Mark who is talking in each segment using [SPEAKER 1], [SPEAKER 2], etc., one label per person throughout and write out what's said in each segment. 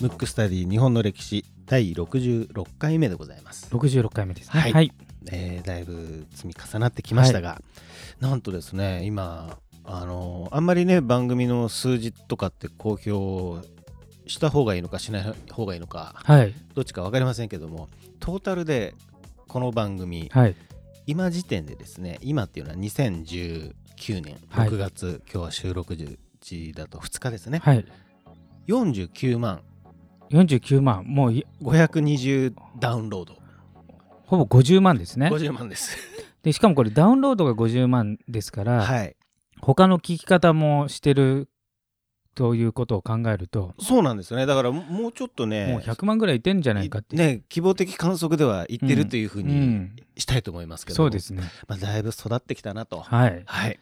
[SPEAKER 1] ムックスタディ日本の歴史第66回目でございます、
[SPEAKER 2] 66回目ですね
[SPEAKER 1] はい
[SPEAKER 2] はい、
[SPEAKER 1] えーだいぶ積み重なってきましたが、なんとですね今あのあんまりね番組の数字とかって公表した方がいいのかしない方がいいのか
[SPEAKER 2] はい
[SPEAKER 1] どっちか分かりませんけどもトータルでこの番組
[SPEAKER 2] はい
[SPEAKER 1] 今時点でですね今っていうのは2019年
[SPEAKER 2] はい
[SPEAKER 1] 6月、今日は収録時だと2日ですね、
[SPEAKER 2] はい
[SPEAKER 1] 49万
[SPEAKER 2] 49万もうい
[SPEAKER 1] 520ダウンロード
[SPEAKER 2] ほぼ50万ですね
[SPEAKER 1] 50万です、
[SPEAKER 2] でしかもこれダウンロードが50万ですから、
[SPEAKER 1] はい
[SPEAKER 2] 他の聞き方もしてるということを考えると、
[SPEAKER 1] そうなんですよねだからももうちょっとね
[SPEAKER 2] もう100万ぐらいいってんじゃないかっていう
[SPEAKER 1] ね希望的観測ではいってるというふう
[SPEAKER 2] う
[SPEAKER 1] に
[SPEAKER 2] ん、
[SPEAKER 1] したいと思いますけども、
[SPEAKER 2] そうですね
[SPEAKER 1] まあ、だいぶ育ってきたなとはい、
[SPEAKER 2] はい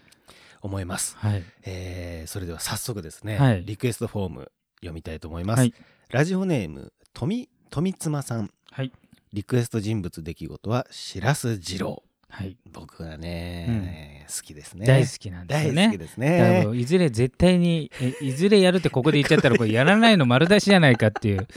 [SPEAKER 1] 思います、
[SPEAKER 2] はい
[SPEAKER 1] えーそれでは早速ですね、
[SPEAKER 2] はい
[SPEAKER 1] リクエストフォーム読みたいと思います、
[SPEAKER 2] はい
[SPEAKER 1] ラジオネーム富富妻さん
[SPEAKER 2] はい
[SPEAKER 1] リクエスト人物出来事は白須二郎
[SPEAKER 2] はい
[SPEAKER 1] 僕はね、好きですね
[SPEAKER 2] 大好きなんですよ
[SPEAKER 1] 大好き
[SPEAKER 2] ね
[SPEAKER 1] です
[SPEAKER 2] だから
[SPEAKER 1] ね
[SPEAKER 2] もういずれ絶対にえいずれやるってここで言っちゃったらこれやらないの丸出しじゃないかっていう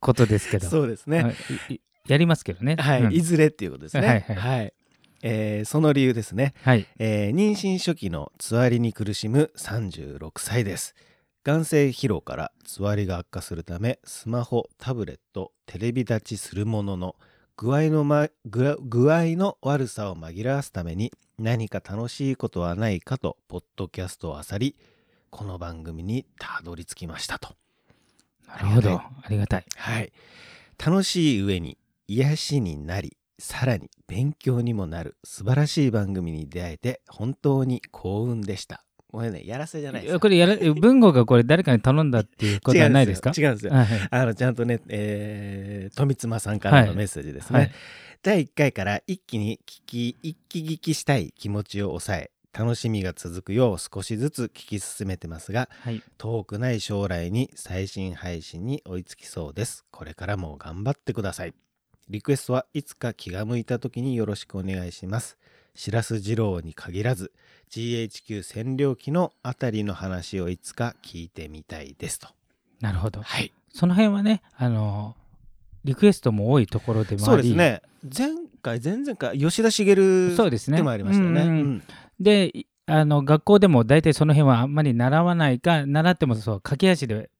[SPEAKER 2] ことですけど
[SPEAKER 1] そうですね、
[SPEAKER 2] はいいいやりますけどね
[SPEAKER 1] はい、
[SPEAKER 2] うん
[SPEAKER 1] いずれっていうことですね。は、
[SPEAKER 2] はいいはい
[SPEAKER 1] えーその理由ですね、
[SPEAKER 2] はい
[SPEAKER 1] えー妊娠初期のつわりに苦しむ36歳です。眼性疲労からつわりが悪化するため、スマホ、タブレット、テレビ立ちするものの、具合の,、ま、具具合の悪さを紛らわすために、何か楽しいことはないかと、ポッドキャストを漁り、この番組にたどり着きましたと。
[SPEAKER 2] なるほ
[SPEAKER 1] あり
[SPEAKER 2] ど
[SPEAKER 1] がたい
[SPEAKER 2] ありがたい
[SPEAKER 1] はい。楽しい上に癒しになり、さらに勉強にもなる素晴らしい番組に出会えて本当に幸運でした。これね、やらせじゃないですよ。
[SPEAKER 2] これやら文豪がこれ誰かに頼んだっていうことはないですか
[SPEAKER 1] 違うんですよ。違うんですよ
[SPEAKER 2] はいはい
[SPEAKER 1] あのちゃんとね、えー、富妻さんからのメッセージですね、
[SPEAKER 2] はい
[SPEAKER 1] 第1回から一気に聞き一気聞きしたい気持ちを抑え楽しみが続くよう少しずつ聞き進めてますが
[SPEAKER 2] はい
[SPEAKER 1] 遠くない将来に最新配信に追いつきそうです。これからも頑張ってください。リクエストはいつか気が向いた時によろしくお願いします。白洲二郎に限らず GHQ 占領期のあたりの話をいつか聞いてみたいですと。
[SPEAKER 2] なるほど
[SPEAKER 1] はい。
[SPEAKER 2] その辺はねあのリクエストも多いところでもあり
[SPEAKER 1] そうですね。前回前々回吉田茂
[SPEAKER 2] そうですね
[SPEAKER 1] でもありましたよね。
[SPEAKER 2] うんうんでいあの学校でも大体その辺はあんまり習わないか習ってもそう駆け足で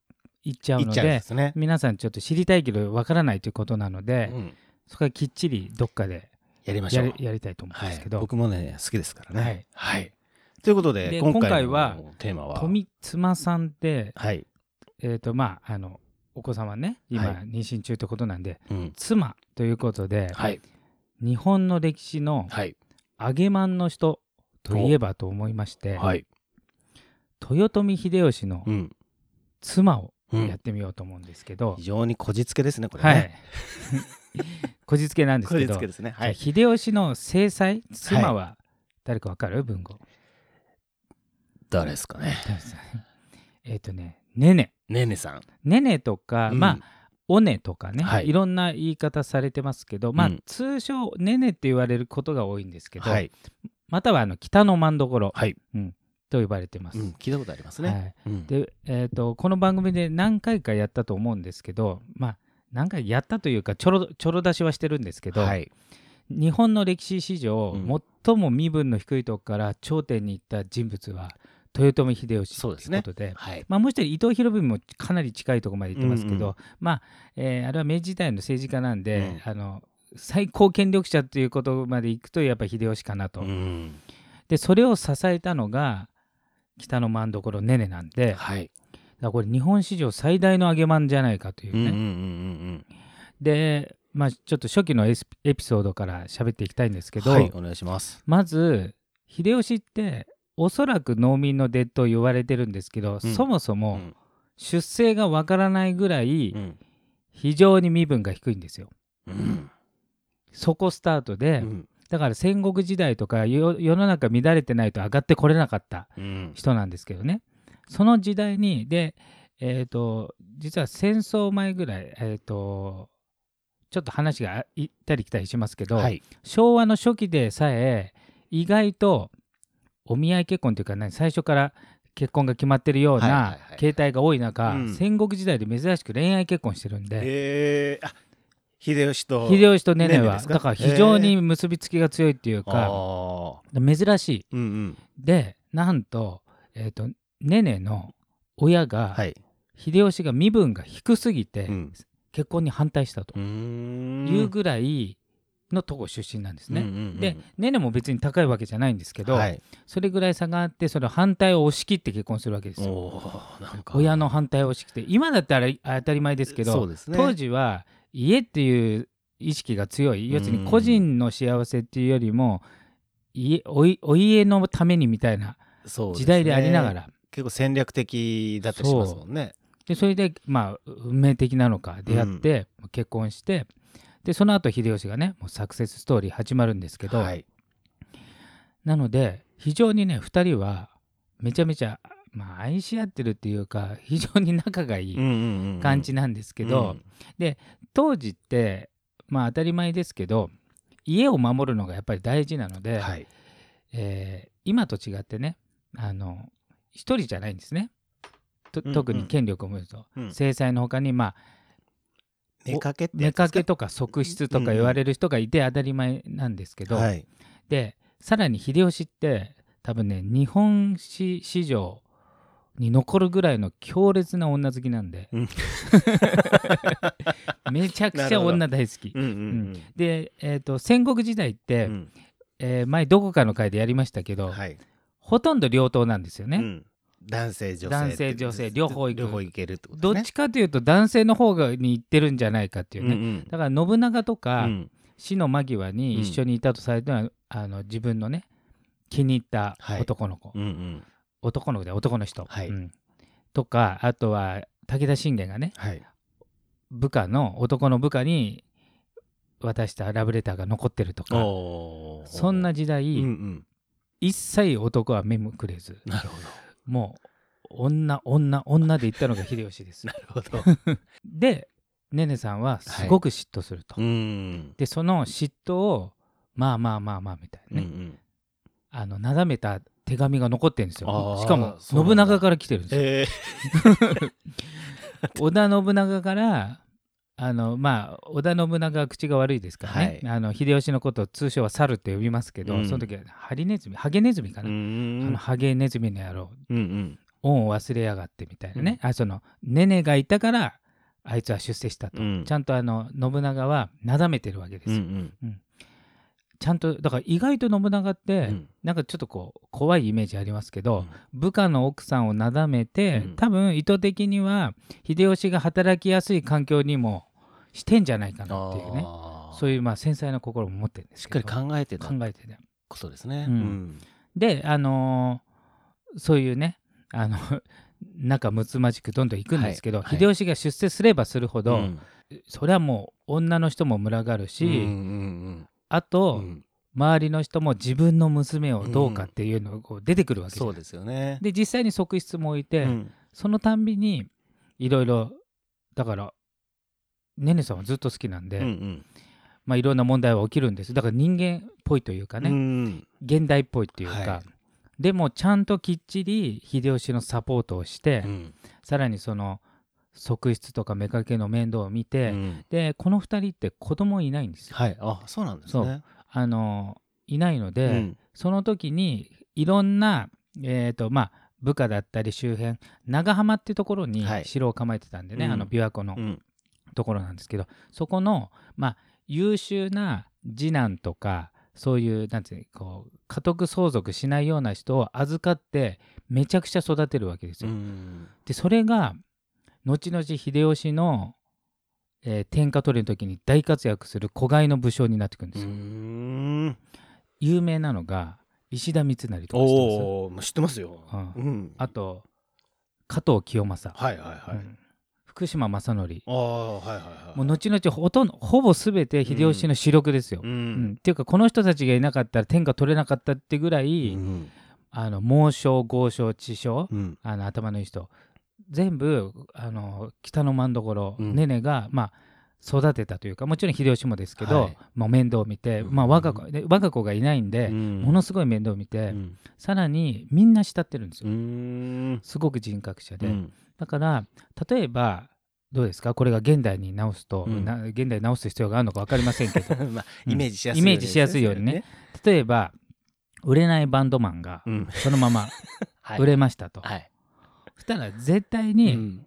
[SPEAKER 2] 行っちゃう
[SPEAKER 1] 行っ
[SPEAKER 2] の
[SPEAKER 1] ちゃうんで
[SPEAKER 2] です
[SPEAKER 1] ね。
[SPEAKER 2] 皆さんちょっと知りたいけどわからないということなので、
[SPEAKER 1] うん
[SPEAKER 2] そこはきっちりどっかで
[SPEAKER 1] やりまし
[SPEAKER 2] や
[SPEAKER 1] ょう
[SPEAKER 2] り。やりたいと思うん
[SPEAKER 1] は
[SPEAKER 2] です
[SPEAKER 1] い
[SPEAKER 2] け。ど、
[SPEAKER 1] 僕もね好きですから
[SPEAKER 2] は
[SPEAKER 1] ね
[SPEAKER 2] い。
[SPEAKER 1] はい。ということで
[SPEAKER 2] で
[SPEAKER 1] 今
[SPEAKER 2] 今
[SPEAKER 1] 回
[SPEAKER 2] 回
[SPEAKER 1] は
[SPEAKER 2] は
[SPEAKER 1] テーマは
[SPEAKER 2] 富妻さんって
[SPEAKER 1] はい。
[SPEAKER 2] えっ、とまああのお子様ね今
[SPEAKER 1] はい
[SPEAKER 2] 妊娠中ってことなんで、
[SPEAKER 1] うん。
[SPEAKER 2] 妻ということで、
[SPEAKER 1] はい。
[SPEAKER 2] 日本の歴史の
[SPEAKER 1] はい。
[SPEAKER 2] 揚げまんの人といえばと思いまして、
[SPEAKER 1] はい。
[SPEAKER 2] 豊臣秀吉の
[SPEAKER 1] うん。
[SPEAKER 2] 妻を
[SPEAKER 1] う
[SPEAKER 2] やっ
[SPEAKER 1] ん、
[SPEAKER 2] てみようと思うんですけど、
[SPEAKER 1] 非常にこじつけですね、これね。
[SPEAKER 2] はい。こじつけなんです
[SPEAKER 1] こ
[SPEAKER 2] け
[SPEAKER 1] じ
[SPEAKER 2] ど
[SPEAKER 1] つけ、ですね。はい。
[SPEAKER 2] 秀吉の正妻、妻は誰かわかる文豪。
[SPEAKER 1] 誰ですかね。
[SPEAKER 2] えっとね、ねね。
[SPEAKER 1] ねねさん。
[SPEAKER 2] ねねとか、
[SPEAKER 1] うん
[SPEAKER 2] まあ、おねとかね、
[SPEAKER 1] はい
[SPEAKER 2] い、ろんな言い方されてますけど、まあ、
[SPEAKER 1] うん
[SPEAKER 2] 通称、ねねって言われることが多いんですけど、
[SPEAKER 1] はい。
[SPEAKER 2] またはあの北の真所
[SPEAKER 1] はい。
[SPEAKER 2] と呼ばれてます。
[SPEAKER 1] うん、聞いたことありますね。
[SPEAKER 2] はい
[SPEAKER 1] うん、
[SPEAKER 2] で、えー、とこの番組で何回かやったと思うんですけど、まあ、何回やったというかちょろちょろ出しはしてるんですけど、
[SPEAKER 1] はい。
[SPEAKER 2] 日本の歴史史上、
[SPEAKER 1] うん
[SPEAKER 2] 最も身分の低いとこから頂点に行った人物は豊臣秀吉と
[SPEAKER 1] そ
[SPEAKER 2] いうう
[SPEAKER 1] ですね
[SPEAKER 2] ことで
[SPEAKER 1] はい。
[SPEAKER 2] まあ、もう一人伊藤博文もかなり近いところまで行ってますけど、
[SPEAKER 1] うんうん
[SPEAKER 2] まあえーあれは明治時代の政治家なんで、
[SPEAKER 1] うん
[SPEAKER 2] あの最高権力者ということまで行くとやっぱ秀吉かなと、
[SPEAKER 1] うん。
[SPEAKER 2] でそれを支えたのが北の真所ねねなんでだか
[SPEAKER 1] はい。
[SPEAKER 2] らこれ日本史上最大の揚げまんじゃないかという
[SPEAKER 1] う
[SPEAKER 2] ね、
[SPEAKER 1] んうんうんうん
[SPEAKER 2] で、まあ、ちょっと初期のエスエピソードから喋っていきたいんです
[SPEAKER 1] う
[SPEAKER 2] け
[SPEAKER 1] ん。
[SPEAKER 2] ど、
[SPEAKER 1] はい。お願いします。
[SPEAKER 2] まず秀吉っておそらく農民の出と言われてるんですけど、
[SPEAKER 1] うん
[SPEAKER 2] そもそうも
[SPEAKER 1] ん。
[SPEAKER 2] 出生がわからないぐらい
[SPEAKER 1] うん。
[SPEAKER 2] 非常に身分が低いんですよ。
[SPEAKER 1] うん。
[SPEAKER 2] そこスタートで、
[SPEAKER 1] うん
[SPEAKER 2] だから戦国時代とかよ世の中乱れてないと上がってこれなかった
[SPEAKER 1] うん。
[SPEAKER 2] 人なんですけどねその時代にでえっ、と実は戦争前ぐらいえっ、とちょっと話が行ったり来たりしますけど、
[SPEAKER 1] はい。
[SPEAKER 2] 昭和の初期でさえ意外とお見合い結婚というか、ね、最初から結婚が決まってるよう
[SPEAKER 1] はいはいは
[SPEAKER 2] ない携帯が多い中、
[SPEAKER 1] うん
[SPEAKER 2] 戦国時代で珍しく恋愛結婚してるんで、
[SPEAKER 1] えー、あ秀吉と吉
[SPEAKER 2] 秀吉とネネ
[SPEAKER 1] ネネ
[SPEAKER 2] は
[SPEAKER 1] ですか
[SPEAKER 2] だから非常に結びつきが強いっていう
[SPEAKER 1] あ
[SPEAKER 2] か、珍しい
[SPEAKER 1] ーうんうん
[SPEAKER 2] でなんと,、えー、とネネの親が、
[SPEAKER 1] はい
[SPEAKER 2] 秀吉が身分が低すぎて、
[SPEAKER 1] うん
[SPEAKER 2] 結婚に反対したと
[SPEAKER 1] うーん
[SPEAKER 2] いうぐらいのとこ出身なんですね。
[SPEAKER 1] うんうんうん
[SPEAKER 2] でネネも別に高いわけじゃないんですけど、
[SPEAKER 1] はい、
[SPEAKER 2] それぐらい差があってその反対を押し切って結婚するわけですよ。
[SPEAKER 1] おーなんか
[SPEAKER 2] 親の反対を押し切って今だってあれあ当たり前ですけ
[SPEAKER 1] そ
[SPEAKER 2] ど、
[SPEAKER 1] うですね
[SPEAKER 2] 当時は家っていう意識が強い要するに個人の幸せっていうよりも家おいお家のためにみたいな
[SPEAKER 1] そうすね
[SPEAKER 2] 時代でありながら
[SPEAKER 1] 結構戦略的だったりしますもんね
[SPEAKER 2] でそれでまあ運命的なのか出会って、結婚してでその後秀吉がねもうサクセスストーリー始まるんですけど、
[SPEAKER 1] はい、
[SPEAKER 2] なので非常にね2人はめちゃめちゃ、まあ、愛し合ってるっていうか非常に仲がいい感じ
[SPEAKER 1] だ
[SPEAKER 2] なんですけど、当時ってまあ当たり前ですけど家を守るのがやっぱり大事なので、
[SPEAKER 1] はい
[SPEAKER 2] えー今と違ってねあの一人じゃないんですね。と
[SPEAKER 1] うんうん
[SPEAKER 2] 特に権力を持つと、
[SPEAKER 1] うん
[SPEAKER 2] 制裁のほかにまあ
[SPEAKER 1] 寝かけって
[SPEAKER 2] 寝
[SPEAKER 1] やつで
[SPEAKER 2] か
[SPEAKER 1] すか
[SPEAKER 2] けとか側室とか言われる人がいて当たり前なんですけど、
[SPEAKER 1] はい
[SPEAKER 2] でさらに秀吉って多分ね日本史史上に残るぐらいの強烈な女好きなんで、
[SPEAKER 1] うん
[SPEAKER 2] めちゃくちゃ女大好き
[SPEAKER 1] うんうん
[SPEAKER 2] で、えー、と戦国時代って、
[SPEAKER 1] うんうん
[SPEAKER 2] えー前どこかの回でやりましたけど、
[SPEAKER 1] はい
[SPEAKER 2] ほとんど両党なんですよね、
[SPEAKER 1] うん男性女性
[SPEAKER 2] 男性女性両方いく
[SPEAKER 1] 両方いけるってこと
[SPEAKER 2] どっ
[SPEAKER 1] ですね
[SPEAKER 2] ちかというと男性の方がに行ってるんじゃないかっていうね、
[SPEAKER 1] うんうん
[SPEAKER 2] だから信長とか、
[SPEAKER 1] うん
[SPEAKER 2] 死の間際に一緒にいたとされてるのは、あの自分のね気に入った男の子、
[SPEAKER 1] うんうん
[SPEAKER 2] 男の子で男の人、
[SPEAKER 1] はい
[SPEAKER 2] うんとかあとは武田信玄がね
[SPEAKER 1] はい
[SPEAKER 2] 部下の男の部下に渡したラブレターが残ってるとか
[SPEAKER 1] おー
[SPEAKER 2] そんな時代、
[SPEAKER 1] うんうん
[SPEAKER 2] 一切男は目もくれず
[SPEAKER 1] なるほど
[SPEAKER 2] もう女女女で言ったのが秀吉です
[SPEAKER 1] なるほ ど
[SPEAKER 2] でねねさんはすごく嫉妬すると、
[SPEAKER 1] うん
[SPEAKER 2] でその嫉妬をまあまあまあまあみたいな
[SPEAKER 1] うんう
[SPEAKER 2] ね、
[SPEAKER 1] ん
[SPEAKER 2] あのなだめた手紙が残ってるんですよ
[SPEAKER 1] あー
[SPEAKER 2] しかも
[SPEAKER 1] そうなんだ
[SPEAKER 2] 信長から来てるんですよ
[SPEAKER 1] え
[SPEAKER 2] 織田信長からあのまあ織田信長は口が悪いですからね、あの秀吉のことを通称は猿って呼びますけど、
[SPEAKER 1] うん
[SPEAKER 2] その時はハリネズミハゲネズミか
[SPEAKER 1] ーう
[SPEAKER 2] な、
[SPEAKER 1] ん
[SPEAKER 2] あのハゲネズミの野郎
[SPEAKER 1] うんうん
[SPEAKER 2] 恩を忘れやがってみたいなね、あそのネネがいたからあいつは出世したと、
[SPEAKER 1] うん
[SPEAKER 2] ちゃんとあの信長はなだめてるわけです
[SPEAKER 1] うんう
[SPEAKER 2] よ、
[SPEAKER 1] ん
[SPEAKER 2] ちゃんとだから意外と信長って、
[SPEAKER 1] うん
[SPEAKER 2] なんかちょっとこう怖いイメージありますけど、
[SPEAKER 1] うん
[SPEAKER 2] 部下の奥さんをなだめて、
[SPEAKER 1] うん
[SPEAKER 2] 多分意図的には秀吉が働きやすい環境にもしてんじゃないかなっていうね
[SPEAKER 1] あー
[SPEAKER 2] そういうまあ繊細な心も持ってるんです
[SPEAKER 1] しっ
[SPEAKER 2] け
[SPEAKER 1] か
[SPEAKER 2] ど
[SPEAKER 1] り考えてた
[SPEAKER 2] 考えてね
[SPEAKER 1] ことですね
[SPEAKER 2] う
[SPEAKER 1] うんん
[SPEAKER 2] であのーそういうねあの 仲睦まじくどんどん行くんですけど、
[SPEAKER 1] はいはい
[SPEAKER 2] 秀吉が出世すればするほど、
[SPEAKER 1] ん
[SPEAKER 2] それはもう女の人も群がるし、
[SPEAKER 1] うんうん
[SPEAKER 2] あ
[SPEAKER 1] うん
[SPEAKER 2] と、
[SPEAKER 1] うん
[SPEAKER 2] 周りの人も自分の娘をどうかっていうのがこう出てくるわけじゃ
[SPEAKER 1] そ
[SPEAKER 2] な
[SPEAKER 1] う
[SPEAKER 2] い
[SPEAKER 1] ですよね
[SPEAKER 2] で実際に側室もいて、
[SPEAKER 1] うん
[SPEAKER 2] そのたんびにいろいろだからねねさんはずっと好きなんで、
[SPEAKER 1] うんうん
[SPEAKER 2] まあ、いろんな問題は起きるんですだから人間っぽいというかね、
[SPEAKER 1] うん
[SPEAKER 2] 現代っぽいというか、
[SPEAKER 1] は
[SPEAKER 2] でもちゃんときっちり秀吉のサポートをして、
[SPEAKER 1] うん
[SPEAKER 2] さらにその側室とか妾の面倒を見
[SPEAKER 1] う
[SPEAKER 2] て、
[SPEAKER 1] ん
[SPEAKER 2] でこの2人って子供いないんですよ。
[SPEAKER 1] はいあそうなんですね
[SPEAKER 2] あのいないので、
[SPEAKER 1] うん
[SPEAKER 2] その時にいろんな、えーとまあ、部下だったり周辺長浜ってところに
[SPEAKER 1] はい
[SPEAKER 2] 城を構えてたんでね、
[SPEAKER 1] うん
[SPEAKER 2] あの琵琶湖の
[SPEAKER 1] うん
[SPEAKER 2] ところなんですけど、そこの、まあ、優秀な次男とかそういうなんていうのこう家督相続しないような人を預かってめちゃくちゃ育てるわけです
[SPEAKER 1] う
[SPEAKER 2] よ。
[SPEAKER 1] ん
[SPEAKER 2] でそれが後々秀吉の、えー天下取りの時に大活躍する子飼いの武将になってくるんで
[SPEAKER 1] う
[SPEAKER 2] すよ。
[SPEAKER 1] ん
[SPEAKER 2] 有名なのが石田三成とか知ってます
[SPEAKER 1] おお知ってますよ
[SPEAKER 2] うん
[SPEAKER 1] うん
[SPEAKER 2] あと加藤清正、
[SPEAKER 1] はいはいは
[SPEAKER 2] う
[SPEAKER 1] い
[SPEAKER 2] ん福島正則
[SPEAKER 1] ああはいはいはい
[SPEAKER 2] もう後々ほとんどほぼ全て秀吉の主力ですよ。
[SPEAKER 1] う
[SPEAKER 2] うんっ
[SPEAKER 1] ん
[SPEAKER 2] ていうかこの人たちがいなかったら天下取れなかったってぐら
[SPEAKER 1] う
[SPEAKER 2] い、
[SPEAKER 1] ん
[SPEAKER 2] あの猛将豪将知将、
[SPEAKER 1] うん
[SPEAKER 2] あの頭のいい人全部あの北の真ん所、
[SPEAKER 1] うん
[SPEAKER 2] ねねがまあ育てたというかもちろん秀吉もですけど、
[SPEAKER 1] はい
[SPEAKER 2] もう面倒を見て、
[SPEAKER 1] うん
[SPEAKER 2] まあ、我が子で我が子がいないんで、もの
[SPEAKER 1] す
[SPEAKER 2] すごい面倒を見て、
[SPEAKER 1] うん
[SPEAKER 2] さらにみんな慕ってるんです
[SPEAKER 1] う
[SPEAKER 2] よ、
[SPEAKER 1] ん
[SPEAKER 2] すごく人格者で、
[SPEAKER 1] うん
[SPEAKER 2] だから例えばどうですかこれが現代に直すと、
[SPEAKER 1] うん
[SPEAKER 2] な現代に直す必要があるのか分かりませんけど
[SPEAKER 1] まあ
[SPEAKER 2] うん
[SPEAKER 1] イメージしやすい
[SPEAKER 2] イメージしやすいようにね例えば売れないバンドマンが
[SPEAKER 1] それねうん
[SPEAKER 2] そのまま
[SPEAKER 1] はい
[SPEAKER 2] 売れましたと、
[SPEAKER 1] はい
[SPEAKER 2] そしたら絶対
[SPEAKER 1] う
[SPEAKER 2] に、
[SPEAKER 1] ん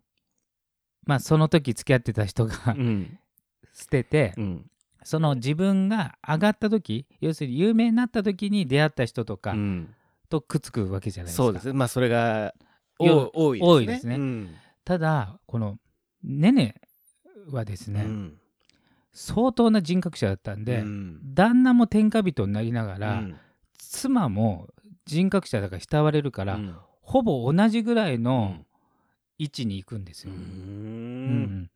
[SPEAKER 2] まあ、その時付き合ってた人が
[SPEAKER 1] うん
[SPEAKER 2] 捨てて、
[SPEAKER 1] うん
[SPEAKER 2] その自分が上がった時要するに有名になった時に出会った人とか
[SPEAKER 1] うん
[SPEAKER 2] とくっつくわけじゃないですか、
[SPEAKER 1] そうですねまあそれが
[SPEAKER 2] よ
[SPEAKER 1] 多い
[SPEAKER 2] 多いですね
[SPEAKER 1] うん
[SPEAKER 2] ただこのねねはですね、
[SPEAKER 1] うん
[SPEAKER 2] 相当な人格者だったんで、
[SPEAKER 1] うん
[SPEAKER 2] 旦那も天下人になりながら、
[SPEAKER 1] うん
[SPEAKER 2] 妻も人格者だから慕われるから、
[SPEAKER 1] うん
[SPEAKER 2] ほぼ同じぐらいうの
[SPEAKER 1] ん
[SPEAKER 2] 位置に行くんです
[SPEAKER 1] う
[SPEAKER 2] よ。うんうんん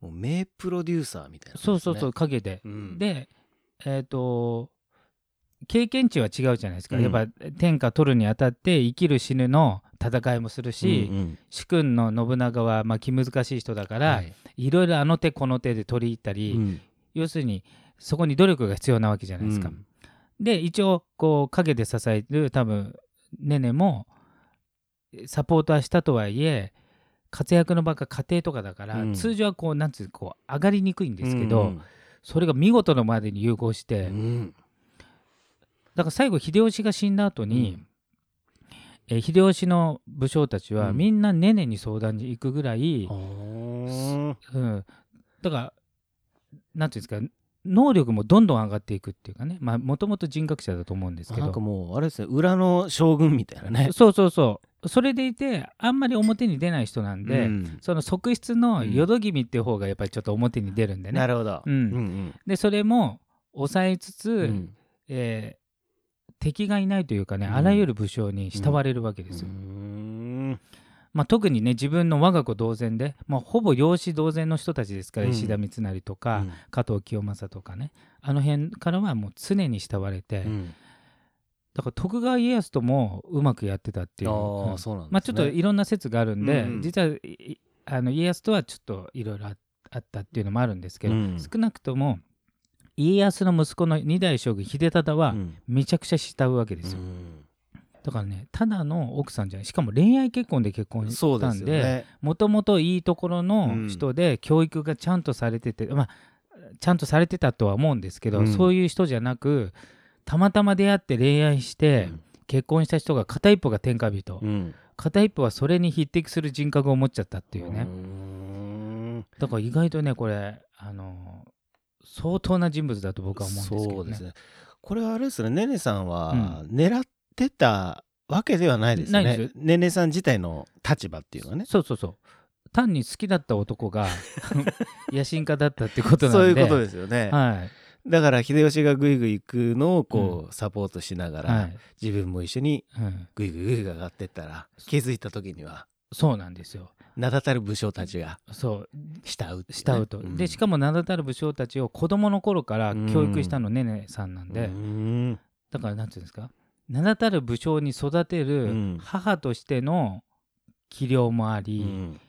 [SPEAKER 1] もう名プロデューサーみたいなこと
[SPEAKER 2] そう
[SPEAKER 1] です
[SPEAKER 2] そ
[SPEAKER 1] ね、
[SPEAKER 2] うそう陰で。
[SPEAKER 1] うん
[SPEAKER 2] でえっ、と経験値は違うじゃないですか、
[SPEAKER 1] うん
[SPEAKER 2] やっぱ天下取るにあたって生きる死ぬの戦いもするし、
[SPEAKER 1] うんうん
[SPEAKER 2] 主君の信長はまあ気難しい人だから、
[SPEAKER 1] はい
[SPEAKER 2] い、ろいろあの手この手で取り入ったり、
[SPEAKER 1] うん
[SPEAKER 2] 要するにそこに努力が必要なわけじゃないですか。
[SPEAKER 1] うん
[SPEAKER 2] で一応こう陰で支える多分ねねもサポートはしたとはいえ活躍の場が家庭とかだから、
[SPEAKER 1] うん
[SPEAKER 2] 通常はこうなんつうこう上がりにくいんですけど、
[SPEAKER 1] うん
[SPEAKER 2] それが見事のまでに融合して、
[SPEAKER 1] うん
[SPEAKER 2] だから最後秀吉が死んだ後に、えー秀吉の武将たちは
[SPEAKER 1] うん
[SPEAKER 2] みんなねねに相談に行くぐらい、
[SPEAKER 1] うん
[SPEAKER 2] うん、だからなんていうんですか能力もどんどん上がっていくっていうかねまあもともと人格者だと思うんですけ
[SPEAKER 1] なん
[SPEAKER 2] ど
[SPEAKER 1] かもうあれですね裏の将軍みたいなね
[SPEAKER 2] そうそうそうそれでいてあんまり表に出ない人なんで、
[SPEAKER 1] うん
[SPEAKER 2] その側室の淀君っていう方がやっぱりちょっと表に出るんでね、
[SPEAKER 1] なるほど、う
[SPEAKER 2] う
[SPEAKER 1] ん
[SPEAKER 2] ん
[SPEAKER 1] うん
[SPEAKER 2] でそれも抑えつつ、
[SPEAKER 1] うん
[SPEAKER 2] えー敵がいないというかね、
[SPEAKER 1] うん
[SPEAKER 2] あらゆる武将に慕われるわけですよ、
[SPEAKER 1] うん
[SPEAKER 2] まあ、特にね自分の我が子同然で、まあ、ほぼ養子同然の人たちですから、
[SPEAKER 1] うん
[SPEAKER 2] 石田三成とか、加藤清正とかねあの辺からはもう常に慕われて、
[SPEAKER 1] うん
[SPEAKER 2] だから徳川家康ともうまくやってたっていう、
[SPEAKER 1] あ
[SPEAKER 2] う
[SPEAKER 1] ー
[SPEAKER 2] ん
[SPEAKER 1] そうなんですね
[SPEAKER 2] まあ、ちょっといろんな説があるんで、
[SPEAKER 1] うんうん
[SPEAKER 2] 実はいいあの家康とはちょっといろいろああったっていうのもあるんですけど、
[SPEAKER 1] うん
[SPEAKER 2] 少なくとも家康の息子の二代将軍秀忠は
[SPEAKER 1] うん
[SPEAKER 2] めちゃくちゃ慕うわけですよ、だからねただの奥さんじゃないしかも恋愛結婚で結
[SPEAKER 1] うん
[SPEAKER 2] 婚
[SPEAKER 1] そう
[SPEAKER 2] し
[SPEAKER 1] で
[SPEAKER 2] た
[SPEAKER 1] す
[SPEAKER 2] ん
[SPEAKER 1] よ
[SPEAKER 2] で
[SPEAKER 1] ね
[SPEAKER 2] もともといいところの人で、教育がちゃんとされててまあちゃんとされてたとは思うんですけど、
[SPEAKER 1] うん
[SPEAKER 2] そういう人じゃなくたまたま出会って恋愛して、結婚した人が片一方が天下人、
[SPEAKER 1] うん
[SPEAKER 2] 片一方はそれに匹敵する人格を持っちゃったっていうね、
[SPEAKER 1] うん
[SPEAKER 2] だから意外とねこれあの相当な人物だと僕は思うんですけ
[SPEAKER 1] そ
[SPEAKER 2] ど
[SPEAKER 1] うです
[SPEAKER 2] ね。
[SPEAKER 1] ねこれはあれですねねねさんは狙ってたわけではないですよ
[SPEAKER 2] ないで
[SPEAKER 1] ね
[SPEAKER 2] す
[SPEAKER 1] ねねさん自体の立場っていうのはね
[SPEAKER 2] そうそうそう単に好きだった男 が野心家だったってことなんで
[SPEAKER 1] そういうことですよね、
[SPEAKER 2] はい
[SPEAKER 1] だから秀吉がぐいぐい行くのをこうサポートしながら、
[SPEAKER 2] はい、
[SPEAKER 1] 自分も一緒に
[SPEAKER 2] うん、
[SPEAKER 1] ぐいぐいぐいぐい上がってったら気づいた時には
[SPEAKER 2] そうなんですよ
[SPEAKER 1] 名だたる武将たちが
[SPEAKER 2] そう
[SPEAKER 1] 慕うっていね
[SPEAKER 2] 慕うと、
[SPEAKER 1] ん
[SPEAKER 2] でしかも名だたる武将たちを子供の頃から教育したのねねさんなんで、
[SPEAKER 1] うん
[SPEAKER 2] だからなんていうんですか名だたる武将に育て
[SPEAKER 1] う
[SPEAKER 2] る
[SPEAKER 1] ん
[SPEAKER 2] 母としての器量もあり、
[SPEAKER 1] うん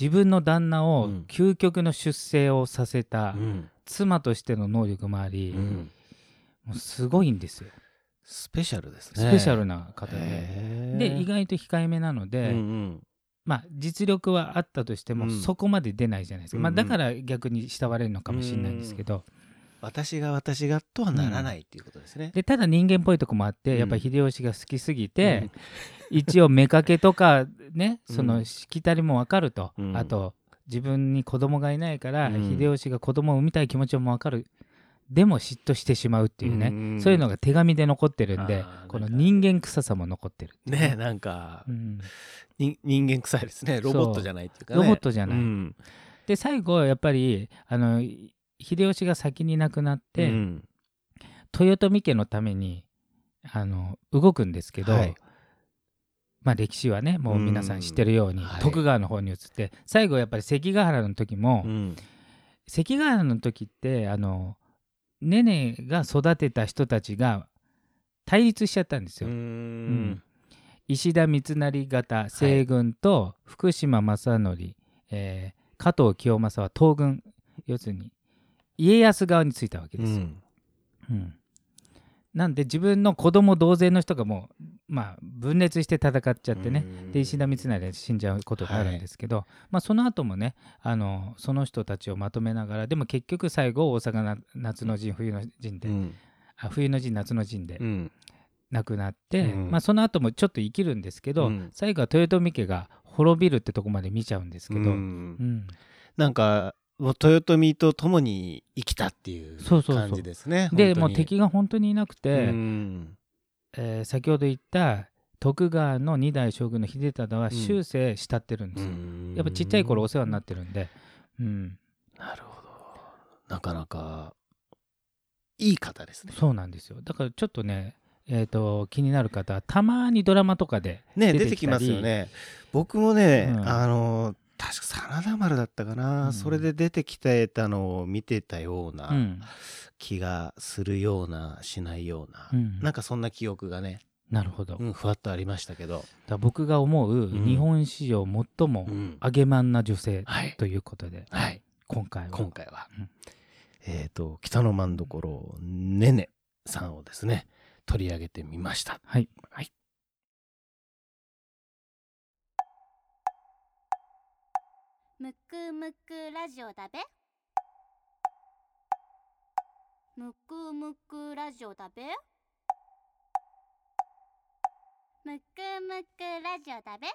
[SPEAKER 2] 自分の旦那
[SPEAKER 1] う
[SPEAKER 2] を
[SPEAKER 1] ん
[SPEAKER 2] 究極の出世をさせ
[SPEAKER 1] う
[SPEAKER 2] た
[SPEAKER 1] ん
[SPEAKER 2] 妻としての能力もあり、
[SPEAKER 1] うん
[SPEAKER 2] もうすごいんですよ
[SPEAKER 1] スペシャルですね
[SPEAKER 2] スペシャルな方で。
[SPEAKER 1] へー
[SPEAKER 2] で意外と控えめなので、
[SPEAKER 1] うんうん
[SPEAKER 2] まあ、実力はあったとしても、
[SPEAKER 1] うん
[SPEAKER 2] そこまで出ないじゃないですか、
[SPEAKER 1] うん
[SPEAKER 2] ま
[SPEAKER 1] う
[SPEAKER 2] あ、
[SPEAKER 1] ん
[SPEAKER 2] だから逆に慕われるのかもしれないんですけど、
[SPEAKER 1] 私が私がとはならないっていうことですね、
[SPEAKER 2] でただ人間っぽいとこもあって、
[SPEAKER 1] うん
[SPEAKER 2] やっぱり秀吉が好きすぎて、一応妾とかね
[SPEAKER 1] うん
[SPEAKER 2] そのしきたりもわかると、
[SPEAKER 1] うん
[SPEAKER 2] あと自分に子供がいないから、
[SPEAKER 1] うん
[SPEAKER 2] 秀吉が子供を産みたい気持ちもわかるでも嫉妬してしまうっていうね、
[SPEAKER 1] うん
[SPEAKER 2] そういうのが手紙で残ってるんで
[SPEAKER 1] あー
[SPEAKER 2] この人間臭さも残ってるっていう
[SPEAKER 1] ねなんか、
[SPEAKER 2] うん
[SPEAKER 1] に人間臭いですねロボットじゃないっていうかね
[SPEAKER 2] ロボットじゃない
[SPEAKER 1] うん
[SPEAKER 2] で最後やっぱりあのい秀吉が先に亡くなって、
[SPEAKER 1] うん
[SPEAKER 2] 豊臣家のためにあの動くんですけど、
[SPEAKER 1] はい
[SPEAKER 2] まあ、歴史はねもう皆さん知ってるように、
[SPEAKER 1] うんはい
[SPEAKER 2] 徳川の方に移って最後やっぱり関ヶ原の時も、
[SPEAKER 1] うん
[SPEAKER 2] 関ヶ原の時ってあのねねが育てた人たちが対立しちゃったんです
[SPEAKER 1] う
[SPEAKER 2] よ。うんん石田三成方西軍と福島正則、えー加藤清正は東軍要するに家康側についたわけ
[SPEAKER 1] う
[SPEAKER 2] ですよ。
[SPEAKER 1] ん
[SPEAKER 2] うんなんで自分の子供同然の人がもう、まあ、分裂して戦っちゃってね、で石田三成が死んじゃうことがあるんですけど、まあ、その後もねあのその人たちをまとめながらでも結局最後大阪な夏の陣冬の陣で、
[SPEAKER 1] うん
[SPEAKER 2] あ冬の陣夏の陣で
[SPEAKER 1] うん
[SPEAKER 2] 亡くなって、
[SPEAKER 1] うん
[SPEAKER 2] まあ、その後もちょっと生きるんですけど、
[SPEAKER 1] うん
[SPEAKER 2] 最後は豊臣家が滅びるってとこまで見ちゃうんですけど、
[SPEAKER 1] う
[SPEAKER 2] うんん
[SPEAKER 1] なんかもう豊臣と共に生きたっていう
[SPEAKER 2] そうそうそう
[SPEAKER 1] 感じですね本
[SPEAKER 2] で
[SPEAKER 1] 当
[SPEAKER 2] もう
[SPEAKER 1] に
[SPEAKER 2] 敵が本当にいなくて、
[SPEAKER 1] うん
[SPEAKER 2] えー先ほど言った徳川の二代将軍の秀忠は終生慕ってるんですよ、やっぱちっちゃい頃お世話になってるんで、うん、
[SPEAKER 1] なるほどなかなかいい方ですね
[SPEAKER 2] そうなんですよだからちょっとね、えー、と気になる方はたまにドラマとかで
[SPEAKER 1] ね
[SPEAKER 2] 出
[SPEAKER 1] 出
[SPEAKER 2] て
[SPEAKER 1] て
[SPEAKER 2] き
[SPEAKER 1] きま
[SPEAKER 2] たり
[SPEAKER 1] すよね僕もね、
[SPEAKER 2] うん
[SPEAKER 1] あの確か真田丸だったかな、
[SPEAKER 2] うん
[SPEAKER 1] それで出てきてたのを見てたよう
[SPEAKER 2] う、
[SPEAKER 1] なん気がするような、しないような、
[SPEAKER 2] うん
[SPEAKER 1] なんかそんな記憶がね、
[SPEAKER 2] なるほど、
[SPEAKER 1] う
[SPEAKER 2] だか
[SPEAKER 1] ん、ふわっとありましたけど、
[SPEAKER 2] ら僕が思う
[SPEAKER 1] うん
[SPEAKER 2] 日本史上最も
[SPEAKER 1] うん
[SPEAKER 2] あげまんな女性
[SPEAKER 1] はい
[SPEAKER 2] ということで、
[SPEAKER 1] はい
[SPEAKER 2] 今回は
[SPEAKER 1] 今回は、
[SPEAKER 2] うん
[SPEAKER 1] えっ、と北の真所ねねさんをですね取り上げてみました
[SPEAKER 2] はい、
[SPEAKER 1] はい
[SPEAKER 3] むくむくラジオだべむくむくラジオだべむくむくラジオだべ